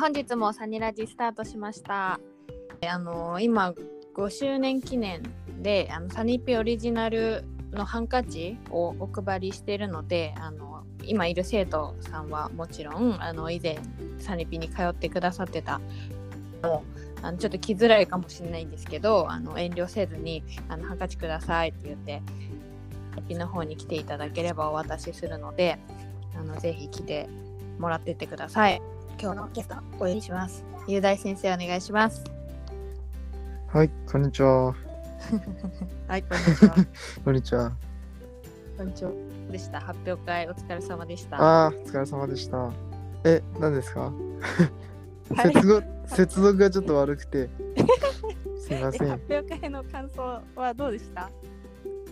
本日もサニラジスタートしました。えあの今5周年記念であのサニピオリジナルのハンカチをお配りしているのであの今いる生徒さんはもちろんあの以前サニピに通ってくださってたのあのちょっと来づらいかもしれないんですけどあの遠慮せずにあのハンカチくださいって言ってサニピの方に来ていただければお渡しするのであのぜひ来てもらってってください。今日のゲストお呼びします。雄大先生お願いします。はい、こんにちは。はい、こんにちは。こんにちは。 こんにちは。でした。発表会お疲れ様でした。ああ、お疲れ様でした。え、何ですかはい接続接続がちょっと悪く て。すいまでせん。 発表会の感想はどうでした？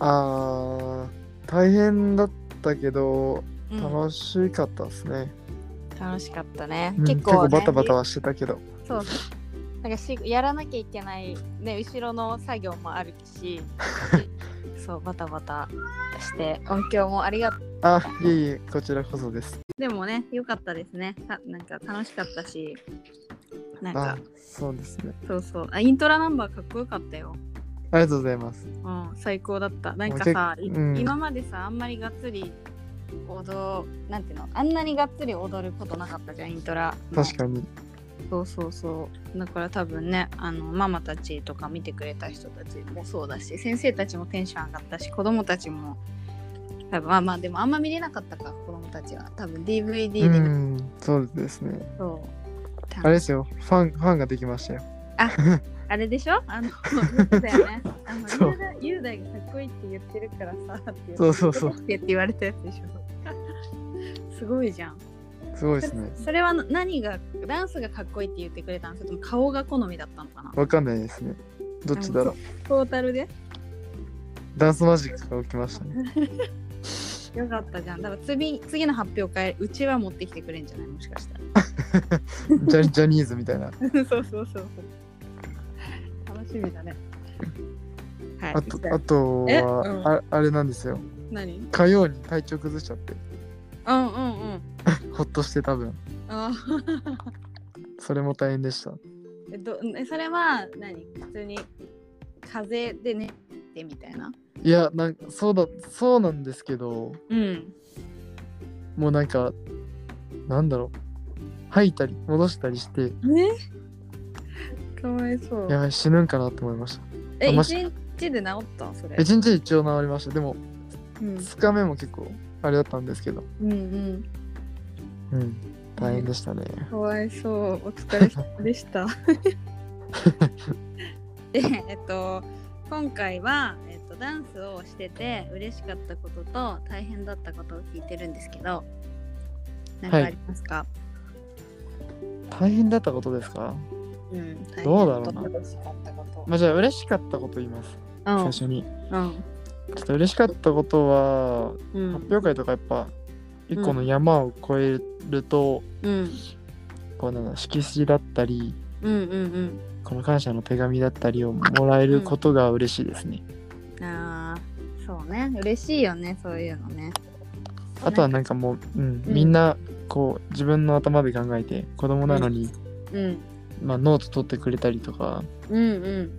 あー、大変だったけど、うん楽しかったですね。楽しかったね。うん結構、ね、バタバタはしてたけど。そうそう。なんかしやらなきゃいけないね後ろの作業もある し、そうバタバタして音響もありがとう。あ、いえいえ、こちらこそです。でもね良かったですね。たなんか楽しかったし、なんあか、そうですね。そうそうあイントラナンバーかっこよかったよ。ありがとうございます。うん、最高だった。なんかさ、いうん今までさ、あんまりがっつり踊なんていうの、あんなにがっつり踊ることなかったじゃん、イントラ。確かに。そうそうそう。だから多分ね、あのママたちとか見てくれた人たちもそうだし、先生たちもテンション上がったし、子供たちも、多分まあまあ、でもあんま見れなかったか、子供たちは。多分 DVD うで、ん、そうですね。そう。あれですよ、ファン、ファンができましたよ。あれでしょあの、そうだよね。あのそう雄大雄大がかっこいいって言ってるからさ、って言ってそうそうそうかっこいいって言われたやつでしょ。すごいじゃん。すごいです ね。それは何が、ダンスがかっこいいって言ってくれたのそれとも顔が好みだったのかなわかんないですね。どっちだろう。トータルでダンスマジックが起きましたね。よかったじゃん。だから次次の発表会、うちは持ってきてくれんじゃないもしかしたら。ジャジャニー ズみたいな。 そうそうそうそう。楽しみだね。はい。あとじゃあとえは、うんああれなんですよ。何うん火曜に体調崩しちゃって、うんうん。ほっとして多分。あーそれも大変でした。えどえそれは何普通に風邪でねってみたいな。いや、なんかそうだ、そうなんですけど、うん。もうなんか、なんだろう。吐いたり戻したりして、ねかわいそう。やばい、死ぬんかなと思いました。え、あ一もし日で治ったそれ。一日一応治りました。でも、うん、 2日目も結構、あれだったんですけど、うんうん。うん、大変でしたね。かわいそう。お疲れ様でした。 で、えっと、今回は、えっと、ダンスをしてて嬉しかったことと大変だったことを聞いてるんですけど、何かありますか、大変だったことですかうん、大変どうだろうな嬉しかったこと。まあ、じゃあ、嬉しかったこと言います。うん最初に。うんちょっと嬉しかったことは、うん発表会とかやっぱ一個の山を越えると、うんこうなんだ色紙だったりうんうんこの感謝の手紙だったりをもらえることが嬉しいですね、うんああそうね嬉しいよねそういうのねあとはなんかもう、うん、うんみんなこう自分の頭で考えて子供なのに、うんまあ、ノート取ってくれたりとか、うんう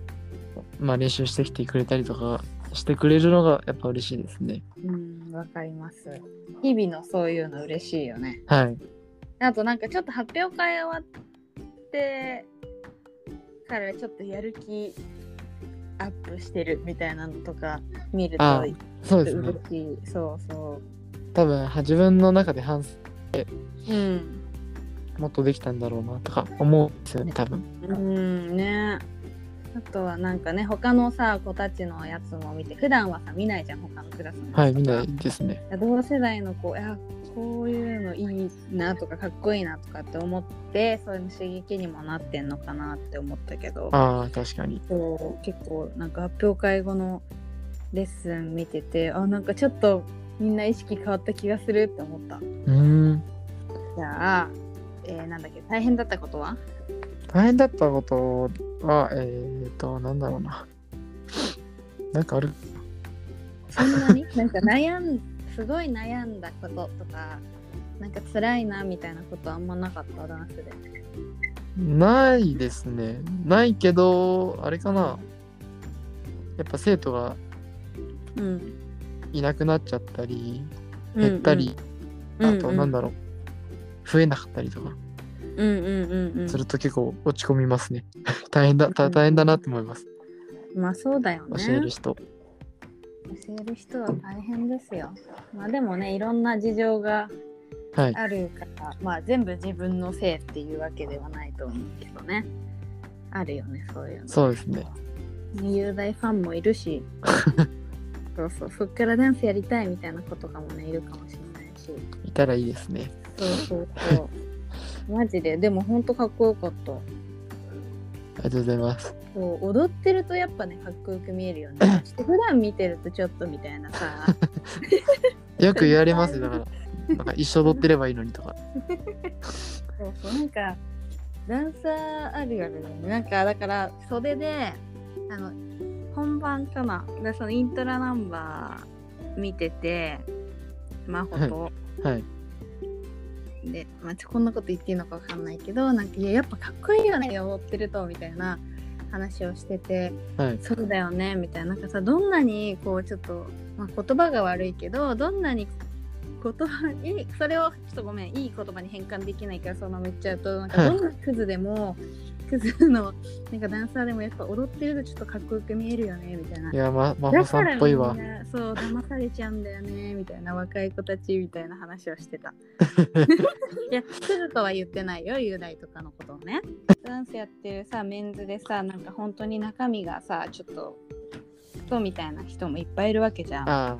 んまあ、練習してきてくれたりとかしてくれるのがやっぱ嬉しいですねうんわかります日々のそういうの嬉しいよねはいあとなんかちょっと発表会終わってからちょっとやる気アップしてるみたいなのとか見るとあ嬉そうですねしいそうそ多分は自分の中で反省ううんもっとできたんだろうなとか思うんですよね多分うんねあとはなんかね他のさ子たちのやつも見て普段はさ見ないじゃん他のクラスのやつとかはいみんないいですね同世代の子いやこういうのいいなとかかっこいいなとかって思ってそういうの刺激にもなってんのかなって思ったけどああ確かにそう結構なんか発表会後のレッスン見ててあなんかちょっとみんな意識変わった気がするって思ったうーんじゃあ、えーなんだっけ大変だったことは大変だったことは、えー、と、なんだろうな。なんかあるそんなに なんか悩んすごい悩んだこととかなんか辛いなみたいなことあんまなかったダンスでないですね。ないけど、あれかな。やっぱ生徒がうん、いなくなっちゃったり、減ったり、うんうん、あとなんだろう、増えなかったりとかうんうんうんうんすると結構落ち込みますね。 大変だ、うたん大変だなって思います。まあそうだよね教える人。教える人は大変ですよまあでもねいろんな事情がはい。あるからまあ全部自分のせいっていうわけではないと思うけどねあるよねそういうのそうですね。雄大ファンもいるし そうそうそっからダンスやりたいみたいな子とかもねいるかもしれないしいたらいいですね。そうそうそうマジででもほんとかっこよかったありがとうございます。こう踊ってるとやっぱねかっこよく見えるよねちょっと普段見てるとちょっとみたいなさよく言われますよだから。なんか一生踊ってればいいのにとか。そうそうなんかダンサーあるあるだよねなんかだから袖であの本番かなでそのイントラナンバー見てて真帆と、はい。で、まあ、ちょこんなこと言っていいのかわかんないけどなんかいややっぱかっこいいよね踊ってるとみたいな話をしててはい。そうだよねみたいななんかさどんなにこうちょっと、まあ、言葉が悪いけどどんなに言葉いいそれをちょっとごめんいい言葉に変換できないからそのまま言っちゃうとなんかはい。どんなクズでもクズのなんかダンサーでもやっぱ踊ってるとちょっとかっこよく見えるよねみたいないや、ま、まだほかさらんっみぽいんわ。なそう騙されちゃうんだよねみたいな若い子たちみたいな話をして た。いや鈴子は言ってないよ雄大とかのことをね。ダンスやってるさメンズでさなんか本当に中身がさちょっと人みたいな人もいっぱいいるわけじゃん。ああ。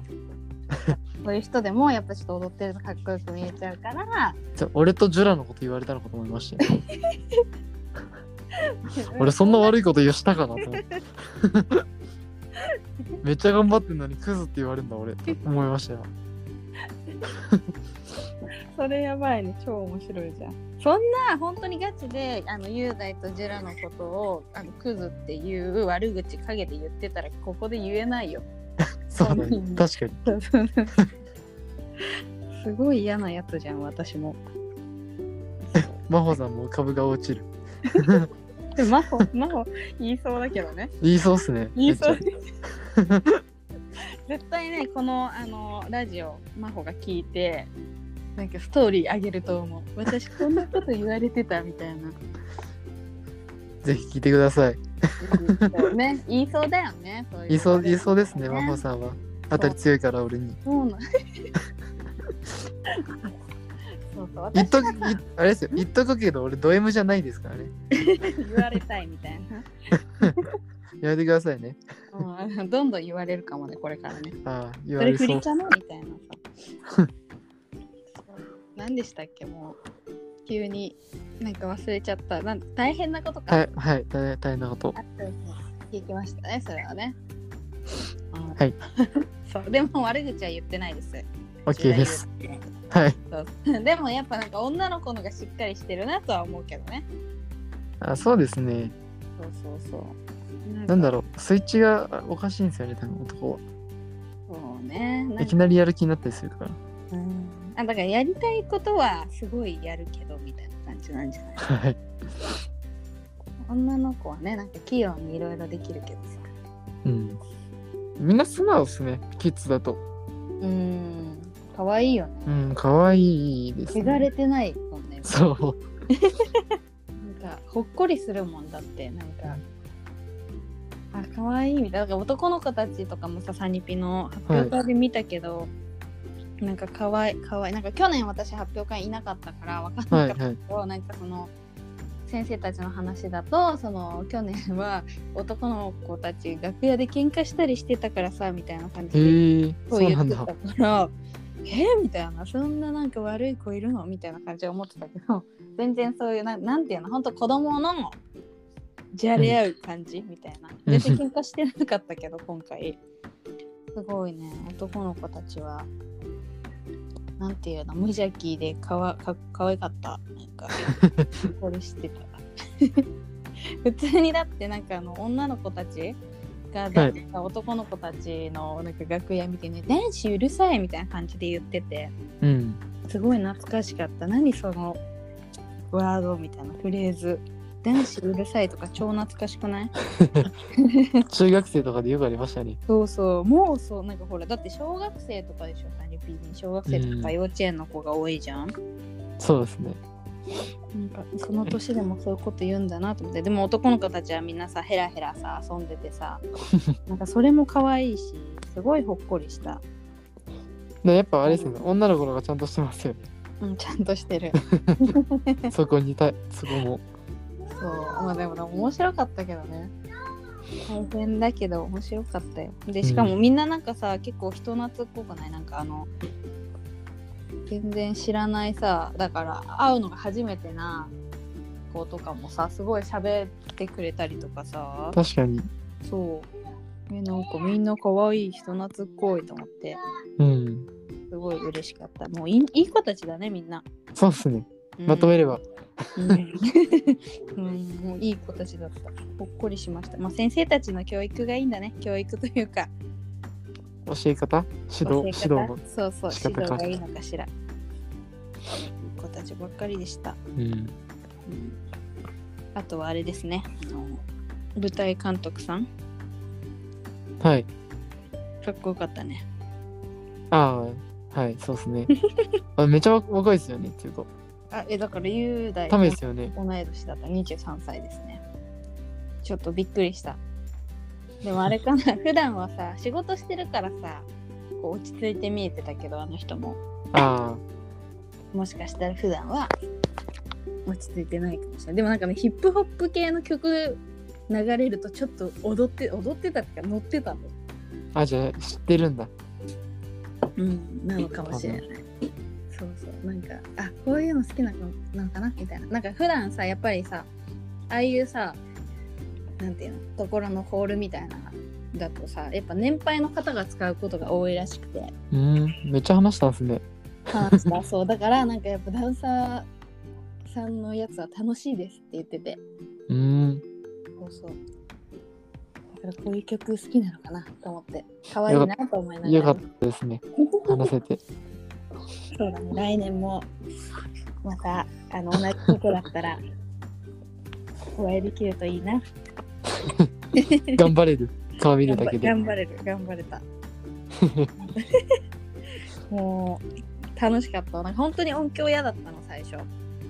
そういう人でもやっぱちょっと踊ってるとかっこよく見えちゃうから。じゃ俺とジュラのこと言われたのかと思いました よ。俺そんな悪いこと言うしたかなと 思って。めっちゃ頑張ってんのにクズって言われるんだ俺って思いましたよ。それやばいね超面白いじゃんそんな本当にガチであの雄大とジェラのことをあのクズっていう悪口陰で言ってたらここで言えないよそうだね。確かに。 すごい嫌なやつじゃん私も真帆さんも株が落ちる。でも真帆真帆言いそうだけどね言いそうっすね。言いそうめっち 絶対ねこのあのラジオ真帆が聞いてなんかストーリーあげると思う私こんなこと言われてたみたいなゃぜひ聞いてください。ね、言いそうだよね。そういう言いそう言いそうですね、真帆ささんは。当たり強いから俺に。ん。そうなそうそう、言っ私とがく、さいあれですよ、言っとくけど俺ド M じゃないですからね。言われたいみたいな。やめてくださいね。うんどんどん言われるかもね、これからね。ああ、言そわれ振れそりう。かなみたいなさ。何でしたっけ、もう。急になんか忘れちゃった。なん大変なことか。はい、はい、大大変なこと。あそうそう聞きましたね、それはね。はい そうでも悪口は言ってないです。 OK です。はい。そう でもやっぱなんか女の子のがしっかりしてるなとは思うけどねあそうですね。そうそうそうなんだろろう、スイッチがおかしいんですよね、多分男は。うそうねなんかいきなりやる気になったりするから。うんあだからやりたいことはすごいやるけどみたいな感じなんじゃないはい。女の子はねなんか器用にいろいろできるけどさうん。みんな素直ですね、キッズだと。うんかわいいよねうん、可愛いです、ね。汚れてないもんねそう。なんかほっこりするもんだってなんかあ可愛いみたいななんか男の子たちとかもさサニピの発表会で見たけど、なんか可愛い可愛いなんか去年私発表会いなかったから分かんはないかったはいけ。ど、なんかその先生たちの話だとその去年は男の子たち楽屋で喧嘩したりしてたからさみたいな感じでへえ、そそうう言なっんてただか。ら「えーみたいなそんななんか悪い子いるのみたいな感じで思ってたけど 全然そういうななんていうの本当子供のじゃれ合う感じ、みたいなうん全然喧嘩してなかったけど今回すごいね男の子たちはなんていうの無邪気でかわかかわいかったなんか これしてた 普通にだってなんかあの女の子たちがだってさ男の子たちのなんか楽屋見てね「男子うるさい」みたいな感じで言っててうん。すごい懐かしかった何そのワードみたいなフレーズ男子うるさいとか超懐かしくない中学生とかでよくありましたね。そうそうもうそうなんかほらだって小学生とかでしょサニピーに小学生とか幼稚園の子が多いじゃん、そうですね。なんかその年でもそういうこと言うんだなと思ってでも男の子たちはみんなさヘラヘラさ遊んでてさなんかそれも可愛いしすごいほっこりした、でやっぱあれですね、女の子の方がちゃんとしてますよね。うん、ちゃんとしてるそこにた、そこも。そうまあでもでも面白かったけどね大変だけど面白かったよでしかもみんななんかさ、結構人懐っこくないなんかあの全然知らないさだから会うのが初めてな子とかもさすごい喋ってくれたりとかさ確かに。そう。え、なんかみんな可愛い人懐っこいと思って、うん。すごい嬉しかった。もういいいい子たちだね、みんな。そうですね。うんまとめれば。うん、 うんもういい子たちだった。ほっこりしました。まあ、先生たちの教育がいいんだね。教育というか、教え方指導、指導教え方の。そうそう、仕指方導かがいいのかしら。いい子たちばっかりでした。うん。うんあとはあれですね。あの舞台監督さん、はい。かっこよかったね。ああ、はい、そうですね。 あめちゃ若いですよね、っていうか。あ、え、だから雄大ためですよね。同い年だった23歳ですねちょっとびっくりしたでもあれかな普段はさ仕事してるからさこう落ち着いて見えてたけどあの人もあもしかしたら普段は落ち着いてないかもしれないでもなんかねヒップホップ系の曲流れるとちょっと踊って踊ってたっていうか乗ってたのあ、あ、じゃあ知ってるんだ。うんなのかもしれないそうそうなんかあこういうの好きなのなのかなみたいななんか普段さやっぱりさああいうさなんていうのところのホールみたいなのだとさやっぱ年配の方が使うことが多いらしくてうん、めっちゃ話したんですね。話 したそうだからなんかやっぱダンサーさんのやつは楽しいですって言っててうん、そうそうだからこういう曲好きなのかなと思って可愛いなと思いながらよかったですね。話せて。 そうだね、来年もまたあの同じとこだったらお会いできるといいな。頑張れる。顔見るだけで。頑張れる、頑張れた。 もう楽しかった。なんか本当に音響嫌だったの、最初。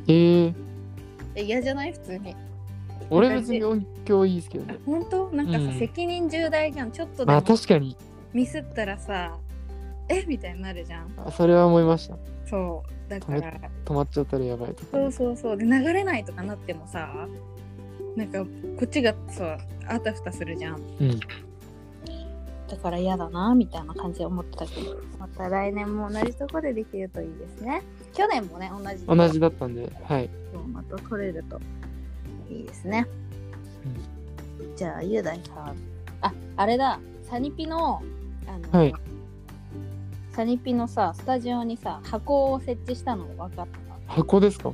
えええ嫌じゃない普通に。俺別に音響いいですけどね。本当なんかさ、うん責任重大じゃん。ちょっとでまもあ確かに、ミスったらさ、えみたいになるじゃん。それは思いました。そう、だから。止まっちゃったらやばいとかそう。そうそうで流れないとかなってもさなんかこっちがさあたふたするじゃんうん。だから嫌だなみたいな感じで思ってたけどまた来年も同じとこでできるといいですね去年もね同じ同じだったんで、はい。そうまた取れるといいですね、じゃあ雄大さんああれだサニピのあの、はいサニピのさスタジオにさ箱を設置したの分かった箱ですか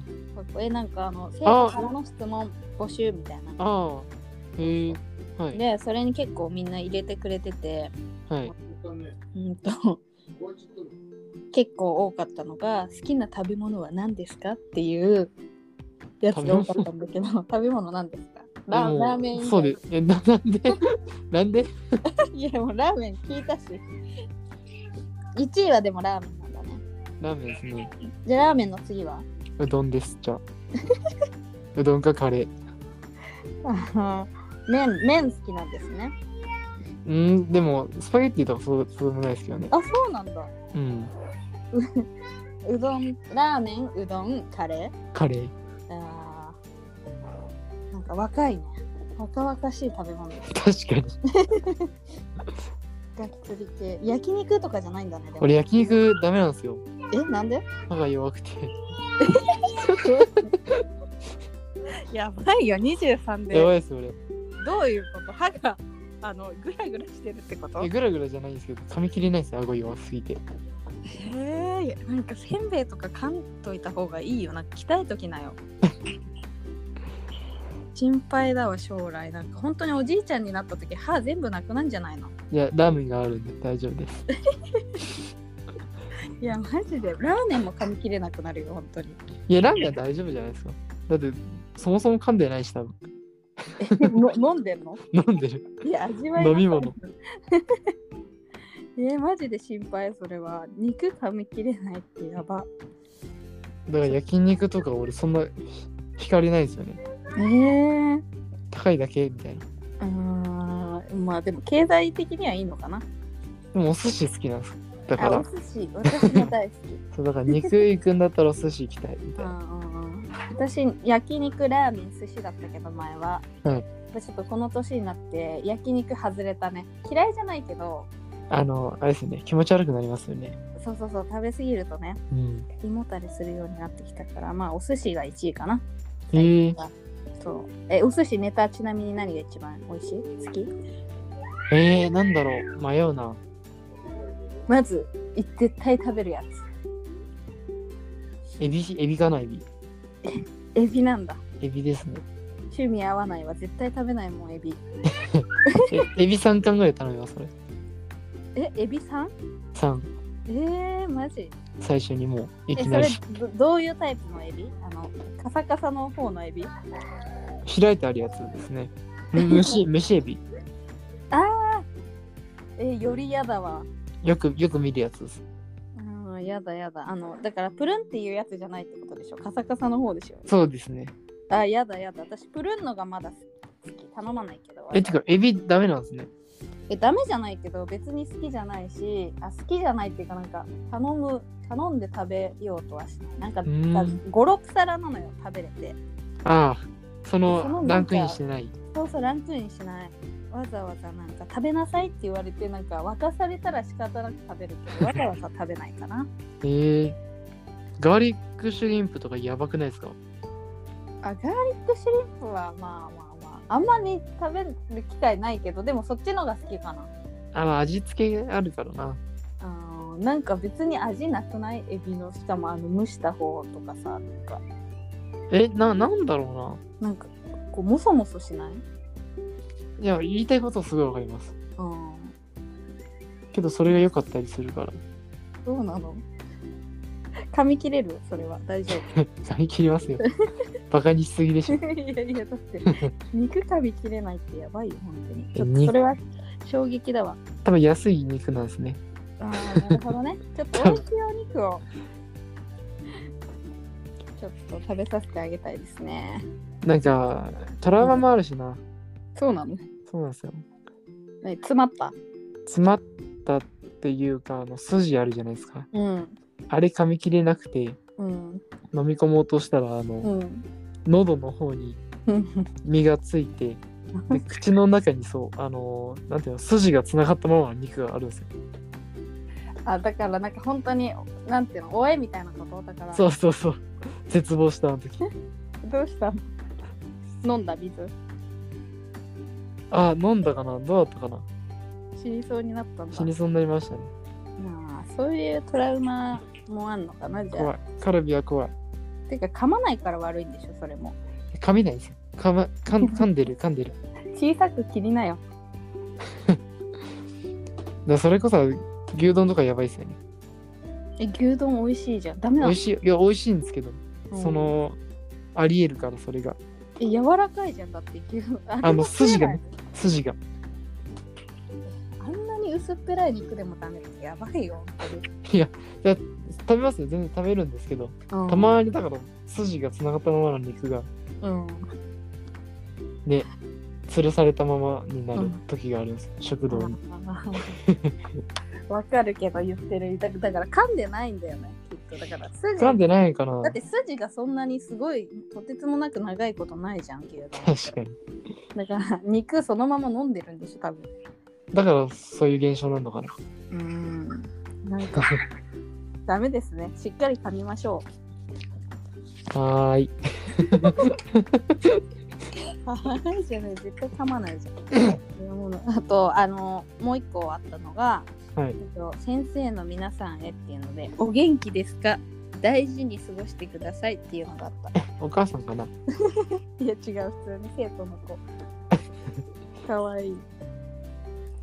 えなんかあの生徒からの質問募集みたいなああ。へえはい。でそれに結構みんな入れてくれてて、はい。うん、と 結構多かったのが「好きな食べ物は何ですか?」っていうやつが多かったんだけど食べ物何ですかラもうラーメン以外そうです。え、ななんで なんで いやもうラーメン聞いたし1位はでもラーメンなんだねラーメンですね。でラーメンの次は うどんです、じゃあ。うどんかカレー。麺麺好きなんですねうん、でも、スパゲッティとかそうそうでもないですけどね。あそうなんだうん。うどんラーメンうどんカレーカレー。あーなんか若いね。若々しい食べ物。確かに。がっつり系。焼肉とかじゃないんだね。でも俺、焼肉ダメなんですよ。え、なんで歯が弱くて。やばいよ、23やばいです、俺。どういうこと歯があのグラグラしてるってことえ、ぐらぐらじゃないんですけど、噛み切れないです、顎弱すぎて。えー、なんかせんべいとか噛んといた方がいいよ。なんか鍛えときな よ。心配だわ将来なんか本当におじいちゃんになった時歯全部なくなんじゃないのいや、ラーメンがあるんで大丈夫です。いやマジでラーメンも噛み切れなくなるよ本当に いや、ラーメンは大丈夫じゃないですか。だって、そもそも噛んでないし、多分。の飲んでんの飲んでる。いや味わい飲み物。えマジで心配それは肉噛み切れないってやばだから焼肉とか俺そんな惹かれないですよね。えー、高いだけみたいな。あーまあでも経済的にはいいのかなでもお寿司好きなんです。だかあおら、寿司私も大 好きそうだから肉行くんだったらお寿司行きたいみたいな。あー私焼肉ラーメン寿司だったけど前は、うんやっぱちょっとこの年になって焼肉外れたね嫌いじゃないけどあの、あれですよね。気持ち悪くなりますよね。そうそうそう食べ過ぎるとねうん。胃もたれするようになってきたからまあお寿司が1位かなえー、そうえお寿司ネタちなみに何が一番美味しい好きえー、なんだろう。迷うな。まずい絶対食べるやつエビ、エビかなエビ。エビなんだエビですね。趣味合わないは絶対食べないもんエビ え、エビ3貫ぐらい頼みます、それ。えエビさん3。えー、マジ最初にもう、いえきそなれり。どどういうタイプのエビあのカサカサの方のエビあ開いてあるやつです ね。む虫、虫エビ。あーえより嫌だわよく、よく見るやつです。うんやだやだあのだからプルンっていうやつじゃないってことでしょカサカサの方でしょそうですね。あやだやだ私プルンのがまだ好き頼まないけどえ、てか、エビダメなんですね。えダメじゃないけど別に好きじゃないしあ好きじゃないっていうかなんか頼む頼んで食べようとはしないなんかうん56皿なのよ食べれてああ、そそのなのんかランクインしてない。そうそうランクインしないわざわざなんか食べなさいって言われてなんか沸かされたら仕方なく食べるけ どわざわざ食べないかなええガーリックシュリンプとかやばくないですかあガーリックシュリンプはまあまあまああんまり食べる機会ないけどでもそっちのが好きかなあ、まあ、味付けあるからな。あーなんか別に味なくないエビのしかもあの蒸した方とかさなんかえ、な、なんだろなんかこうもそもそしないうな。いや、言いたいことはすごいわかります。うんけど、それが良かったりするから。どうなの 噛み切れるそれは大丈 噛み切りますよ。バカにしすぎでしょ。夫いやいやだって 肉噛み切れないってやばいよ本当にえちょっと肉それは衝撃だわ多分安い肉なんですね。あーなるほど ねちょっと美味しいお肉をちょっと食べさせてあげたいですねなんか、トラウマもあるしな。そうなのそうなんですよ。ね詰まった詰まったっていうか、あの、筋あるじゃないですか。うんあれ噛み切れなくて、飲うんみ込もうとしたら、あの、うん喉の方に身がついてで口の中にそうあのーなんていうの筋がつながったままの肉があるんですよあだからなんか本当になんていうのおえみたいなことだからそうそうそう絶望したあの時どうした の飲んだ水あ飲んだかなどうだったかな死にそうになったんだ死にそうになりましたねまあそういうトラウマもあんのかなじゃ怖いカルビは怖いあてか噛まないから悪いんでしょそれも噛みないですよ噛,、ま、噛ん噛んでる噛んでる小さく切りなよだからそれこそ牛丼とかやばいですよねえ牛丼美味しいじゃんダメ美なの味しいいや美味しいんですけど、うんそのありえるからそれがえ柔らかいじゃんだって牛丼あれもあの筋食えがない筋があんなに薄っぺらい肉でもダメってやばいよ本食べますよ全然食べるんですけど、当にたまにだから筋がつながったままの肉がうん吊るされたままになる時があるんです、食堂に。うんわかるけど言ってるだだから噛んでないんだよねきっとだから筋噛んでないかなだって筋がそんなにすごいとてつもなく長いことないじゃん牛丼確かに。だから肉そのまま飲んでるんでしょ多分だからそういう現象な のかな。うんなんかダメですねしっかり噛みましょはーい。うはいじゃない絶対噛まないじゃんあとあのもう一個あったのが、はいえっと先生の皆さんへっていうのでお元気ですか大事に過ごしてくださいっていうのがあったお母さんかな。 いや違う普通に生徒の子かわいい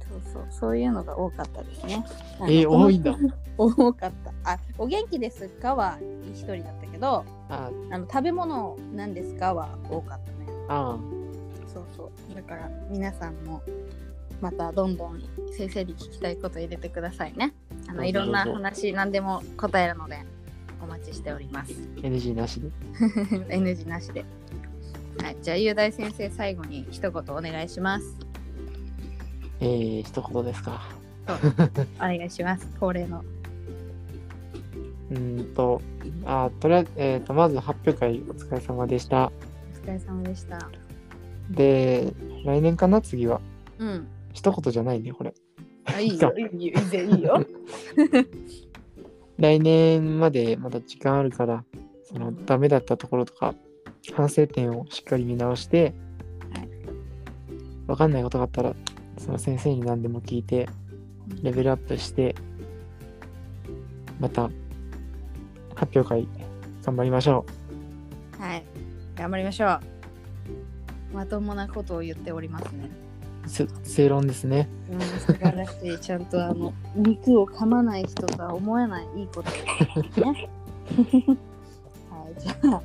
そうそうそういうのが多かったですね。あのえー、多いん。だこ。の 多かった。あお元気ですかは一人だったけどああの食べ物なんですかは多かったね。あそうそうだから皆さんもまたどんどん先生に聞きたいこと入れてくださいね。あのいろんななるほど話何でも答えるのでお待ちしております。 NG なしで。 NG なしで。はい、じゃあ雄大先生最後に一言お願いします。えー、一言ですか。お願いします。恒例の。うーんと、あとりあえず、えーと、まず発表会お疲れ様でした。お疲れ様でした。で、来年かな、次は。うん。一言じゃないね、これ。あいいよ。いいよ。いいよいいよ。来年までまだ時間あるから、その、ダメだったところとか、反省点をしっかり見直してはい、わかんないことがあったら、その先生に何でも聞いて、レベルアップして、また、発表会、頑張りましょはい。頑張りましょう。まともなことを言っておりますね。う。せ正論ですね。うん、素晴らしい。ちゃんとあの肉を噛まない人とは思えないいい ことですね。はい、じゃあ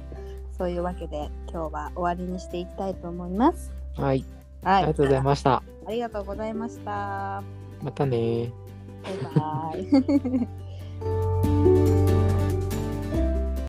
そういうわけで今日は終わりにしていきたいと思います。はい、はありがとうございました。ありがとうございました。またねー。バイバイ。